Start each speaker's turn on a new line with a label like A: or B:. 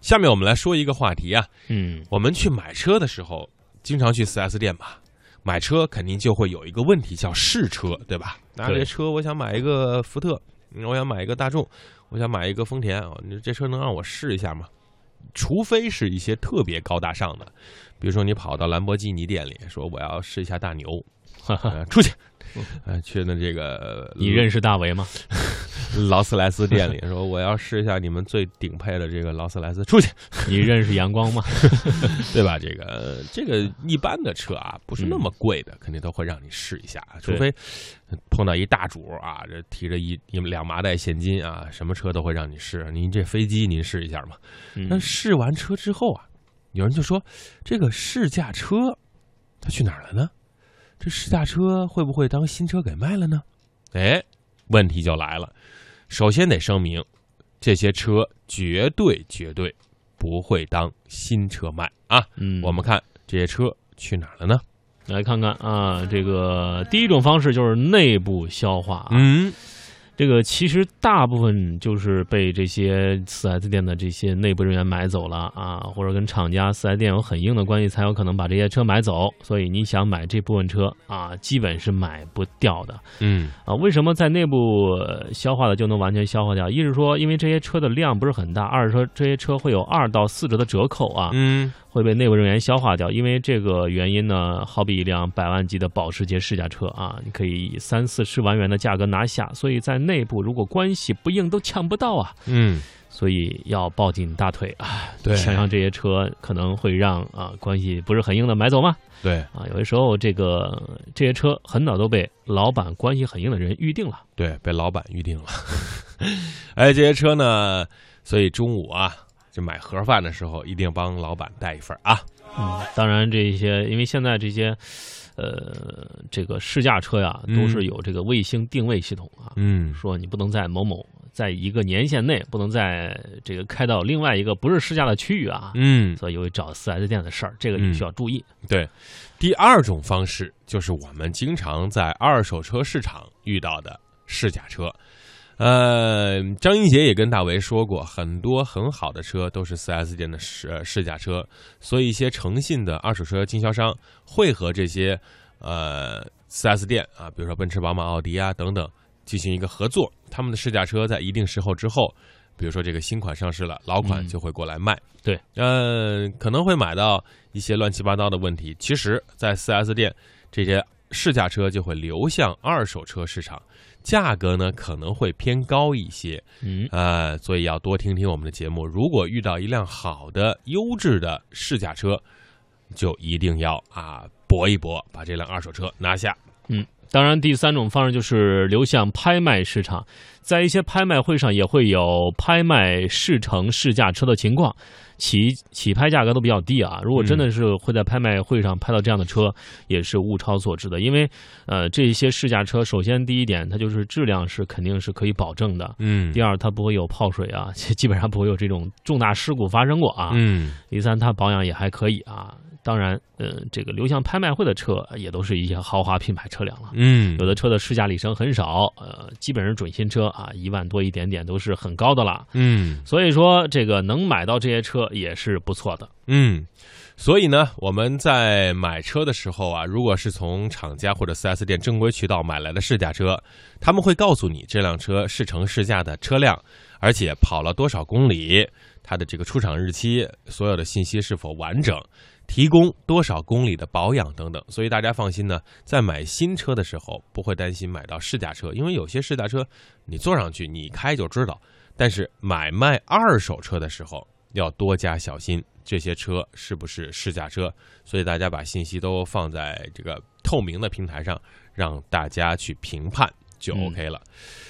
A: 下面我们来说一个话题啊，
B: 嗯
A: 我们去买车的时候，经常去 4S 店吧，买车肯定就会有一个问题叫试车，对吧？拿
B: 对
A: 这车，我想买一个福特，嗯我想买一个大众，我想买一个丰田，哦你这车能让我试一下吗？除非是一些特别高大上的，比如说你跑到兰博基尼店里说我要试一下大牛，
B: 哈哈，
A: 呃出去，呃，去那这个
B: 你认识大为 吗？
A: 劳斯莱斯店里说我要试一下你们最顶配的这个劳斯莱斯，出去，
B: 你认识阳光吗？
A: 对吧？这个呃这个
B: 嗯
A: 一般的车啊，不是那么贵的，肯定都会让你试一下啊，除
B: 对
A: 非碰到一大主儿啊，这提着一一两麻袋现金啊，什么车都会让你试。您这飞机您试一下嘛？
B: 嗯
A: 那试完车之后啊，有人就说这个试驾车它去哪儿了呢？这试驾车会不会当新车给卖了呢？哎，问题就来了，首先得声明，这些车绝对绝对不会当新车卖啊。
B: 嗯，
A: 我们看这些车去哪儿了呢？
B: 来看看啊，这个第一种方式就是内部消化啊，
A: 嗯，
B: 这个其实大部分就是被这些 4S 店的这些内部人员买走了啊，或者跟厂家 4S 店有很硬的关系，才有可能把这些车买走。所以你想买这部分车啊，基本是买不掉的
A: 嗯，
B: 啊。为什么在内部呃消化的就能完全消化掉？一是说因为这些车的量不是很大，二是说这些车会有二到四折的折扣啊，
A: 嗯，
B: 会被内部人员消化掉。因为这个原因呢，好比一辆百万级的保时捷试驾车啊，你可以以三四十万元的价格拿下。所以在内部如果关系不硬，都抢不到啊。
A: 嗯，
B: 所以要抱紧大腿啊，
A: 对，
B: 想想这些车可能会让啊关系不是很硬的买走嘛
A: 对
B: 啊，有的时候这个这些车很早都被老板关系很硬的人预定了。
A: 对，被老板预定了。 哎，这些车呢，所以中午啊，就买盒饭的时候，一定帮老板带一份儿啊。
B: 嗯，当然这些因为现在这些。呃，这个试驾车呀，
A: 嗯
B: 都是有这个卫星定位系统啊，
A: 嗯，
B: 说你不能在某某在一个年限内不能在这个开到另外一个不是试驾的区域啊，
A: 嗯，
B: 所以有找四 S 店的事儿，这个你需要注意。
A: 对。第二种方式就是我们经常在二手车市场遇到的试驾车。呃，张英杰也跟大为说过，很多很好的车都是 4S 店的试呃试驾车，所以一些诚信的二手车经销商会和这些呃 4S 店啊，比如说奔驰、宝马、奥迪啊等等，进行一个合作。他们的试驾车在一定时候之后，比如说这个新款上市了，老款
B: 嗯
A: 就会过来卖。
B: 对，
A: 呃，可能会买到一些乱七八糟的问题。其实，在 4S 店这些试驾车就会流向二手车市场，价格呢可能会偏高一些。
B: 嗯，
A: 呃，所以要多听听我们的节目。如果遇到一辆好的、优质的试驾车，就一定要啊搏一搏，把这辆二手车拿下。
B: 当然第三种方式就是流向拍卖市场，在一些拍卖会上也会有拍卖试乘试驾车的情况，起起拍价格都比较低啊。如果真的是会在拍卖会上拍到这样的车，也是物超所值的，因为呃这些试驾车，首先第一点它就是质量是肯定是可以保证的，
A: 嗯
B: 第二，它不会有泡水啊，基基本上不会有这种重大事故发生过啊。
A: 嗯，
B: 第三，它保养也还可以啊。当然，呃，这个流向拍卖会的车也都是一些豪华品牌车辆了。
A: 嗯
B: 有的车的试驾里程很少，呃，基本上准新车啊，一万多一点点都是很高的了。
A: 嗯
B: 所以说，这个能买到这些车也是不错的。
A: 嗯，所以呢，我们在买车的时候啊，如果是从厂家或者 4S 店正规渠道买来的试驾车，他们会告诉你这辆车试乘试驾的车辆，而且跑了多少公里，它的这个出厂日期，所有的信息是否完整，提供多少公里的保养等等。所以大家放心呢，在买新车的时候不会担心买到试驾车，因为有些试驾车你坐上去你开就知道，但是买卖二手车的时候要多加小心，这些车是不是试驾车？所以大家把信息都放在这个透明的平台上，让大家去评判就
B: 嗯
A: OK 了。